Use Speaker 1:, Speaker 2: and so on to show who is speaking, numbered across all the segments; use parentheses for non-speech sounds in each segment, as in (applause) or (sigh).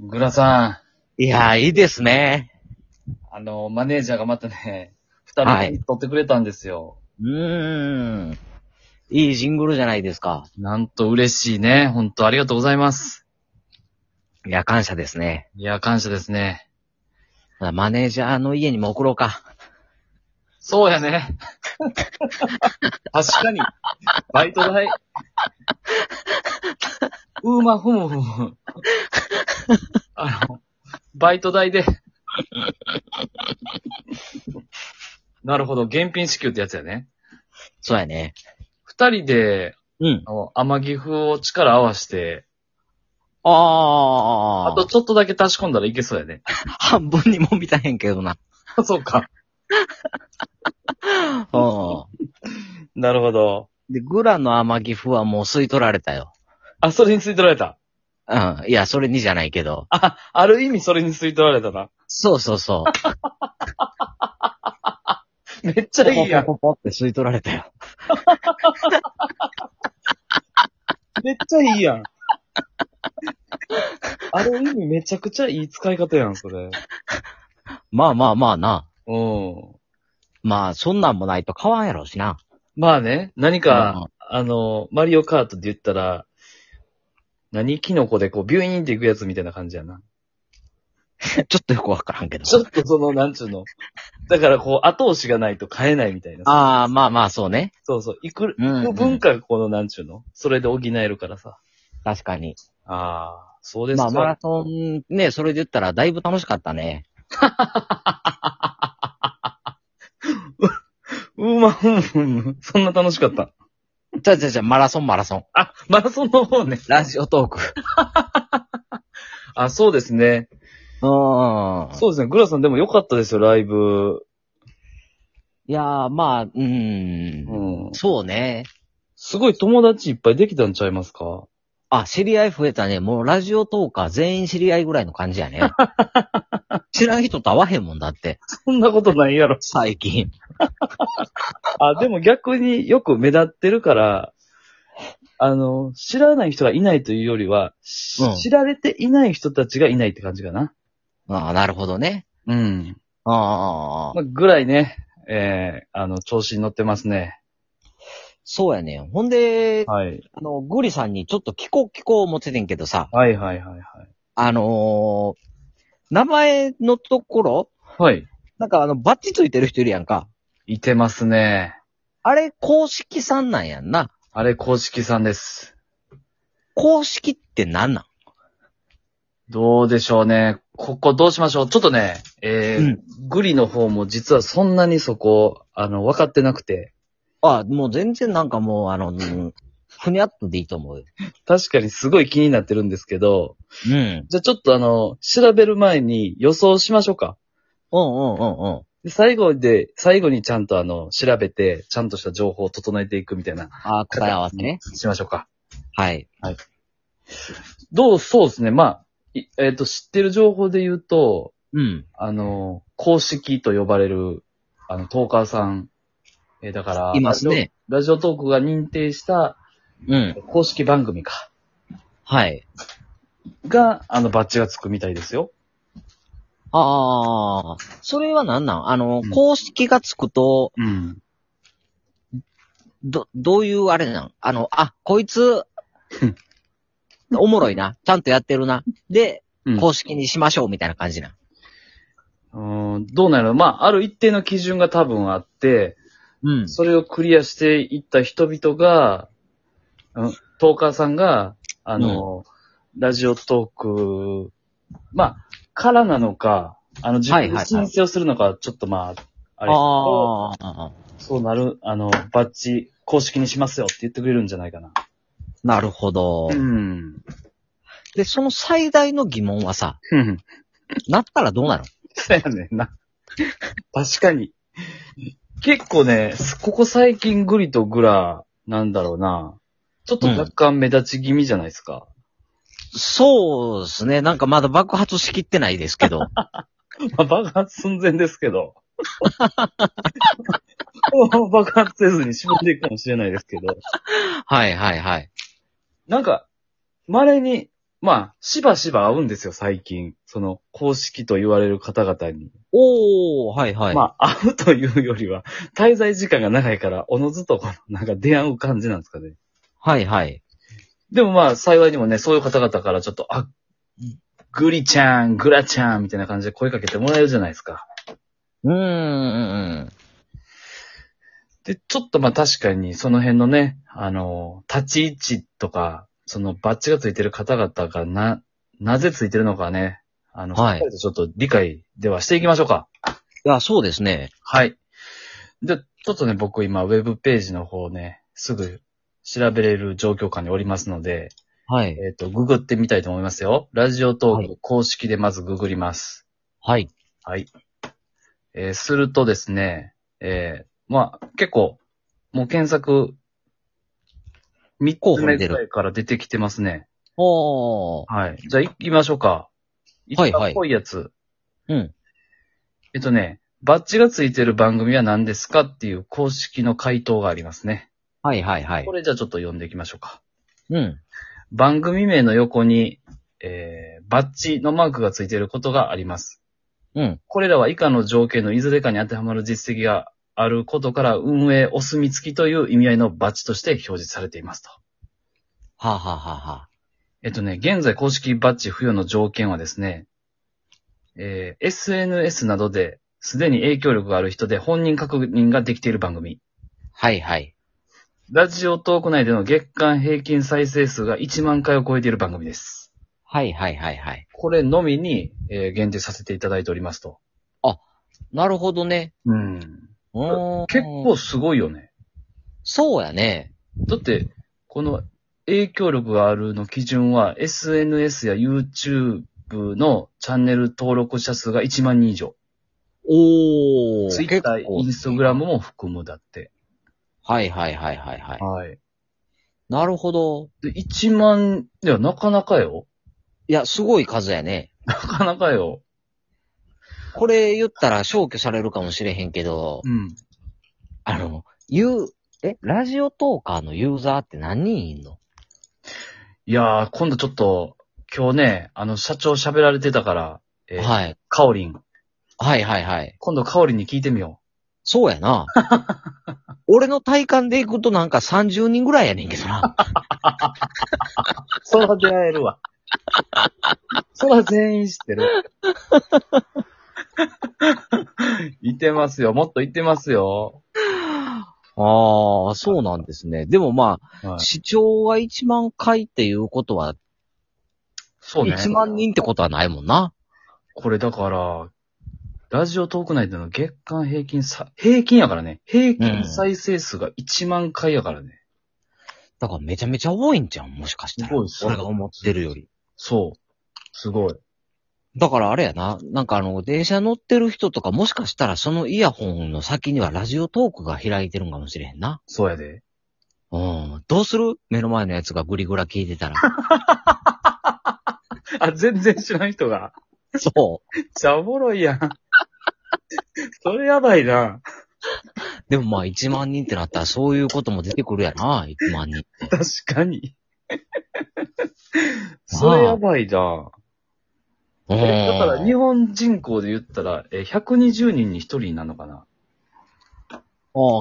Speaker 1: グラさ
Speaker 2: いやー、いいですね。
Speaker 1: ん、あの、マネージャーがまたね、 (laughs) 二人
Speaker 2: はい
Speaker 1: 取ってくれたんですよ。
Speaker 2: うーん。いいジングルじゃないですか。
Speaker 1: なんと嬉しいね。本当ありがとうございます。
Speaker 2: いや、感謝ですね。
Speaker 1: いや、感謝ですね。
Speaker 2: マネージャーの家にも送ろうか。
Speaker 1: そうやね。 (laughs) 確かに。バイト代。うーまふむふむ。あの、バイト代で。なるほど。現品支給ってやつやね。
Speaker 2: そうやね。
Speaker 1: 二人で、
Speaker 2: うん。
Speaker 1: あの、天岐阜を力合わせて、
Speaker 2: あー。
Speaker 1: あと、ちょっとだけ足し込んだらいけそうやね。 (laughs)
Speaker 2: 半分にも見たへんけどな。
Speaker 1: そうか。
Speaker 2: うん。
Speaker 1: なるほど。
Speaker 2: で、グラの甘ギフはもう吸い取られたよ。
Speaker 1: あ、それに吸い取られた。
Speaker 2: うん。いや、それにじゃないけど。
Speaker 1: あ、ある意味それに吸い取られたな。
Speaker 2: そうそうそ
Speaker 1: めっち
Speaker 2: う。
Speaker 1: ゃいいやん。
Speaker 2: ポポポポって吸い取られたよ。
Speaker 1: (laughs) めっちゃいいやん。ある意味めちゃくちゃいい使い方やん、それ。
Speaker 2: まあまあまあな。
Speaker 1: うん。
Speaker 2: まあ、そんなんもないと買わんやろうしな。
Speaker 1: まあね、何
Speaker 2: う
Speaker 1: か
Speaker 2: ん、
Speaker 1: あの、マリオカートで言ったら、何キノコでこう、ビューイーンっていくやつみたいな感じやな。
Speaker 2: ちょっとよくわからんけど。
Speaker 1: ちょっとその、なんちゅうの。だからこう、後押しがないと買えないみたいな。
Speaker 2: ああ、まあまあ、そうね。
Speaker 1: そうそう。いくら、
Speaker 2: うんうん
Speaker 1: 文化がこの、なんちゅうのそれで補えるからさ。
Speaker 2: 確かに。
Speaker 1: ああ、そうです
Speaker 2: ま
Speaker 1: か。
Speaker 2: あ、マラソン、ね、それで言ったら、だいぶ楽しかったね。
Speaker 1: うま、うん、うん、そんな楽しかった。
Speaker 2: ちゃうちゃうちゃう、マラソン、マラソン。
Speaker 1: あ、マラソンの方ね。
Speaker 2: ラジオトーク。
Speaker 1: あ、そうですね。
Speaker 2: うーん。
Speaker 1: そうですね。グラさんでも良かったですよ、ライブ。
Speaker 2: いやー、まあ、うーん。
Speaker 1: うん。
Speaker 2: そうね。
Speaker 1: すごい友達いっぱいできたんちゃいますか
Speaker 2: あ、知り合い増えたね。もうラジオトーカー全員知り合いぐらいの感じや (laughs) ね。知らん人と会わへんもんだって。
Speaker 1: そんなことないやろ。
Speaker 2: 最近。
Speaker 1: あ、でも逆によく目立ってるから、あの、知らない人がいないというよりは、し
Speaker 2: うん
Speaker 1: 知られていない人たちがいないって感じかな。
Speaker 2: ああ、なるほどね。
Speaker 1: うん。
Speaker 2: ああ、
Speaker 1: まあ、ぐらいね、えー、あの、調子に乗ってますね。
Speaker 2: そうやね。ほんで、
Speaker 1: (laughs) はい。
Speaker 2: あの、グリさんにちょっと聞こう聞こう思っててんけどさ、
Speaker 1: はいはいはいはい。
Speaker 2: あのー、名前のところ、
Speaker 1: はい。
Speaker 2: なんかあの、バッチついてる人いるやんか。
Speaker 1: いてますね。
Speaker 2: あれ、公式さんなんやんな。
Speaker 1: あれ、公式さんです。
Speaker 2: 公式ってなんなん
Speaker 1: どうでしょうね。ここどうしましょうちょっとね、えー
Speaker 2: う
Speaker 1: グリの方も実はそんなにそこ、あの、分かってなくて。
Speaker 2: あ、もう全然なんかもう、あの、うんふにゃっとでいいと思うよ。
Speaker 1: 確かにすごい気になってるんですけど、
Speaker 2: うん。うん
Speaker 1: じゃあちょっとあの、調べる前に予想しましょうか。
Speaker 2: うんうんうん。
Speaker 1: で最後で、最後にちゃんとあの、調べて、ちゃんとした情報を整えていくみたいな。
Speaker 2: あ、答え合わせね。
Speaker 1: しましょうか。
Speaker 2: はい。
Speaker 1: どう、そうですね。まあ、いえっ、と、知ってる情報で言うと、
Speaker 2: うん。
Speaker 1: あの、公式と呼ばれる、あの、トーカーさん。えーだから、
Speaker 2: いますね。
Speaker 1: ラジオトークが認定した
Speaker 2: うん。
Speaker 1: 公式番組か。
Speaker 2: はい。
Speaker 1: が、あの、バッジがつくみたいですよ。
Speaker 2: ああ、それはなんなんあの、
Speaker 1: うん
Speaker 2: 公式がつくと、
Speaker 1: うん。
Speaker 2: ど、どういうあれなんあの、あ、こ
Speaker 1: (laughs)
Speaker 2: いつ、おもろいな。ちゃんとやってるな。で、
Speaker 1: うん
Speaker 2: 公式にしましょうみたいな感じなん。
Speaker 1: うん、どうなるまあ、ある一定の基準が多分あって、
Speaker 2: うん。
Speaker 1: それをクリアしていった人々が、うんトーカーさんが、あの、ラジオトーク、まあ、からなのか、あの、自
Speaker 2: はい
Speaker 1: 分
Speaker 2: はいは
Speaker 1: で申
Speaker 2: い
Speaker 1: 請をするのか、ちょっとまあ、あれ、
Speaker 2: ああ、
Speaker 1: そうなる、あの、バッジ、公式にしますよって言ってくれるんじゃないかな。
Speaker 2: なるほど。
Speaker 1: ん。
Speaker 2: で、その最大の疑問はさ、
Speaker 1: うん。 (laughs)
Speaker 2: なったらどうなの
Speaker 1: そうやねんな。確かに。結構ね、ここ最近グリとグラ、なんだろうな。ちょっと若干目立ち気味じゃないですか。
Speaker 2: そうですね。なんかまだ爆発しきってないですけ (laughs) ど。
Speaker 1: まあ、爆発寸前ですけど。もう爆発せずに絞んでいくかもしれないですけど。
Speaker 2: はいはいはい。
Speaker 1: なんか、稀に、まあ、しばしば会うんですよ、最近。その、公式と言われる方々に。
Speaker 2: おー、はいはい。
Speaker 1: まあ、会うというよりは、滞在時間が長いから、おのずとこの、なんか出会う感じなんですかね。
Speaker 2: はいはい。
Speaker 1: でもまあ、幸いにもね、そういう方々からちょっと、あ、グリちゃん、グラちゃん、みたいな感じで声かけてもらえるじゃないですか。
Speaker 2: うーんうん、うん。
Speaker 1: で、ちょっとまあ確かにその辺のね、あの、立ち位置とか、そのバッジがついてる方々がな、なぜついてるのかね、あの、
Speaker 2: は
Speaker 1: しっ
Speaker 2: い
Speaker 1: かりとちょっと理解ではしていきましょうか。
Speaker 2: いや、そうですね。
Speaker 1: はい。で、ちょっとね、僕今ウェブページの方をね、すぐ調べれる状況下におりますので、
Speaker 2: はい。
Speaker 1: えっ、と、ググってみたいと思いますよ。ラジオト
Speaker 2: は
Speaker 1: ーク公式でまずググります。
Speaker 2: はい。
Speaker 1: はい。えーするとですね、えーまあ、結構、もう検索、3つ
Speaker 2: 候補に
Speaker 1: 目
Speaker 2: 出
Speaker 1: ぐ
Speaker 2: る
Speaker 1: らいから出てきてますね。
Speaker 2: おー。
Speaker 1: はい。じゃあ行きましょうか。
Speaker 2: はいはい
Speaker 1: 一番濃いやつ。
Speaker 2: うん。
Speaker 1: えっとね、バッジがついてる番組は何ですかっていう公式の回答がありますね。
Speaker 2: はいはいはい
Speaker 1: こ。れじゃあちょっと読んでいきましょうか。
Speaker 2: うん。
Speaker 1: 番組名の横に、えーバッジのマークがついていることがあります。
Speaker 2: うん。
Speaker 1: これらは以下の条件のいずれかに当てはまる実績があることから、運営お墨付きという意味合いのバッジとして表示されていますと。
Speaker 2: はあ、はあはあはあ、
Speaker 1: えっとね、現在公式バッジ付与の条件はですね、えー SNS などで、すでに影響力がある人で本人確認ができている番組。
Speaker 2: はいはい。
Speaker 1: ラジオトーク内での月間平均再生数が1万回を超えている番組です。
Speaker 2: はいはいはいはい。
Speaker 1: これのみに、えー限定させていただいておりますと。
Speaker 2: なるほどね。
Speaker 1: うん。
Speaker 2: うーん。
Speaker 1: 結構。すごいよね。
Speaker 2: そうやね。
Speaker 1: だって、この影響力があるの基準は SNS や YouTube のチャンネル登録者数が1万人以上。
Speaker 2: おー。
Speaker 1: Twitter、
Speaker 2: 結構
Speaker 1: Instagram も含むだって。
Speaker 2: はいはいはいはいはい。
Speaker 1: はい。
Speaker 2: なるほど。
Speaker 1: で、1万、いや、なかなかよ。
Speaker 2: いや、すごい数やね。
Speaker 1: なかなかよ。
Speaker 2: これ言ったら消去されるかもしれへんけど、
Speaker 1: うん。
Speaker 2: あの、言う、え、ラジオトーカーのユーザーって何人いんの
Speaker 1: いやー、今度ちょっと、今日ね、あの、社長喋られてたから、えー
Speaker 2: はい。
Speaker 1: カオリン。
Speaker 2: はいはいはい。
Speaker 1: 今度カオリンに聞いてみよ
Speaker 2: そうやな。 (laughs) 俺の体感でいくとなんか30人ぐらいやねんけ
Speaker 1: (laughs)
Speaker 2: どな。
Speaker 1: う。そら出会えるわ。そら全員知ってる。いてますよ。もっといてますよ。
Speaker 2: ああ、そうなんですね。でもまあ、
Speaker 1: はい、
Speaker 2: 視聴は1万回っていうことは、
Speaker 1: そうね。
Speaker 2: 1万人ってことはないもんな。
Speaker 1: これだから、ラジオトーク内での月間平均さ、平均やからね。平均再生数が1万回やからね。
Speaker 2: だからめちゃめちゃ多いんじゃん、もしかしたら。
Speaker 1: 多いっす
Speaker 2: 俺が思ってるより。
Speaker 1: そう。すごい。
Speaker 2: だからあれやな、なんかあの、電車乗ってる人とかもしかしたらそのイヤホンの先にはラジオトークが開いてるんかもしれへんな。
Speaker 1: そうやで。
Speaker 2: うん。どうする目の前のやつがグリグラ聞いてた
Speaker 1: (laughs)
Speaker 2: ら。
Speaker 1: あ、全然知らん人が。
Speaker 2: そう。
Speaker 1: めっちゃおもろいやん。それやばいな。
Speaker 2: でもまあ1万人ってなったらそういうことも出てくるやな、1万人。
Speaker 1: 確かに。 (laughs) それやばいな。
Speaker 2: うん。
Speaker 1: えだから日本人口で言ったら、え、120人に1人になるのかな
Speaker 2: あ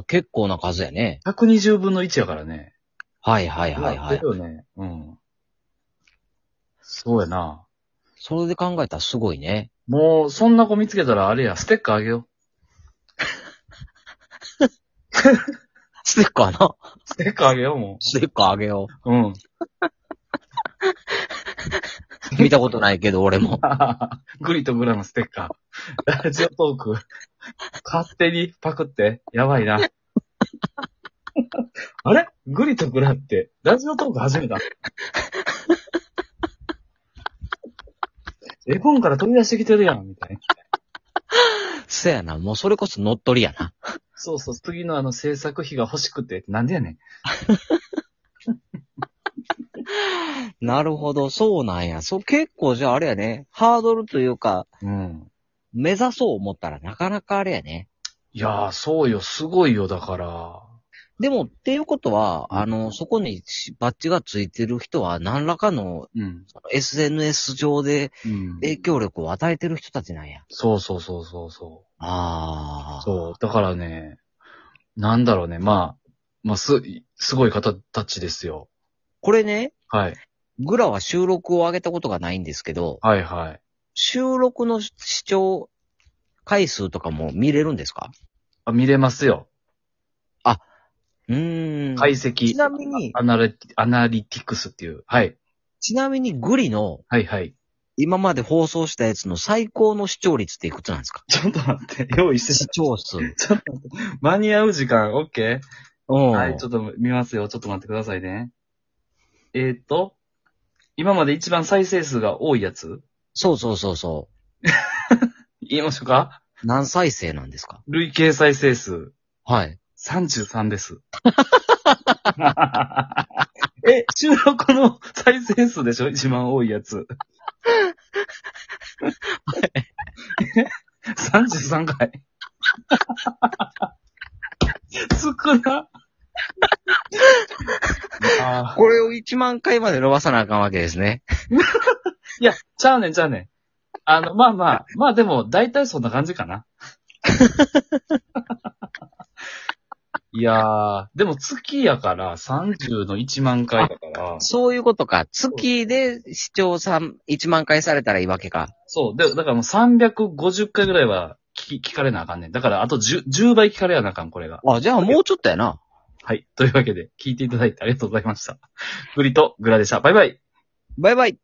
Speaker 2: あ、結構な数やね。
Speaker 1: ?120 分の1やからね。
Speaker 2: はいはいはい
Speaker 1: や
Speaker 2: は
Speaker 1: って
Speaker 2: い
Speaker 1: る。よね。うん。そうやな。
Speaker 2: それで考えたらすごいね。
Speaker 1: もう、そんな子見つけたらあれや、ステッカーあげよ
Speaker 2: ステッカーな。
Speaker 1: う。ステッカーあげよう、も
Speaker 2: ステッカーあげよ
Speaker 1: う。うん。
Speaker 2: う。見たことないけど、
Speaker 1: (laughs)
Speaker 2: 俺も。
Speaker 1: グリとグラのステッカー。ラジオトーク。勝手にパクって。やばいな。 (laughs) あれグリとグラって、ラジオトーク始 (laughs) めた。絵本から飛び出してきてるやん、みたいな。
Speaker 2: せやな、もうそれこそ乗っ取りやな。
Speaker 1: そうそう、次のあの制作費が欲しくて、なんでやねん。
Speaker 2: なるほど、そうなんや。そう、結構じゃああれやね。ハードルというか、
Speaker 1: うん。
Speaker 2: 目指そう思ったらなかなかあれやね。
Speaker 1: いやー、そうよ、すごいよ、だから。
Speaker 2: でも、っていうことは、あの、そこにしバッジがついてる人は、何らかの
Speaker 1: うん。
Speaker 2: その SNS 上で
Speaker 1: うん。
Speaker 2: 影響力を与えてる人たちなんや。
Speaker 1: そうそうそうそうそ
Speaker 2: あ
Speaker 1: う。
Speaker 2: あ。
Speaker 1: そう。だからね、なんだろうね、まあ、まあ、す、すごい方たちですよ。
Speaker 2: これね、
Speaker 1: はい。
Speaker 2: グラは収録を上げたことがないんですけど、
Speaker 1: はいはい。
Speaker 2: 収録の視聴回数とかも見れるんですか
Speaker 1: あ、見れますよ。
Speaker 2: うーん。
Speaker 1: 解析
Speaker 2: ち。なみに、
Speaker 1: アナリ、アナリティクスっていう。はい。
Speaker 2: ちなみにグリの
Speaker 1: はいはい。
Speaker 2: 今まで放送したやつの最高の視聴率っていくつなんですか
Speaker 1: (laughs) ちょっと待って、用意
Speaker 2: 視
Speaker 1: して、
Speaker 2: 聴数。うん。
Speaker 1: 間に合う時間、オッケーはい、ちょっと見ますよ。ちょっと待ってくださいね。えーっと、今まで一番再生数が多いやつ
Speaker 2: そうそうそうそ
Speaker 1: 言いましょうか
Speaker 2: う。何再生なんですか
Speaker 1: 累計再生数
Speaker 2: はい。
Speaker 1: 33です。 (laughs) え、収録の再生数でしょ一番多いや (laughs) つ。33回。 (laughs) 少な。 (laughs) あー
Speaker 2: これを1万回まで伸ばさなあかんわけですね。
Speaker 1: いや、ちゃうねん、ちゃうねん。あの、まあまあ、まあでも、大体そんな感じかな。いやー、でも月やから30の1万回だから。
Speaker 2: そういうことか。月で視聴さん1万回されたらいいわけか。
Speaker 1: そう。で、だからもう350回ぐらいは聞き聞かれなあかんねん。だからあと 10, 10倍聞かれやなあかん、これが。
Speaker 2: あ、じゃあもうちょっとやな。
Speaker 1: はい。というわけで、聞いていただいてありがとうございました。グリとグラでした。バイバイ。
Speaker 2: バイバイ。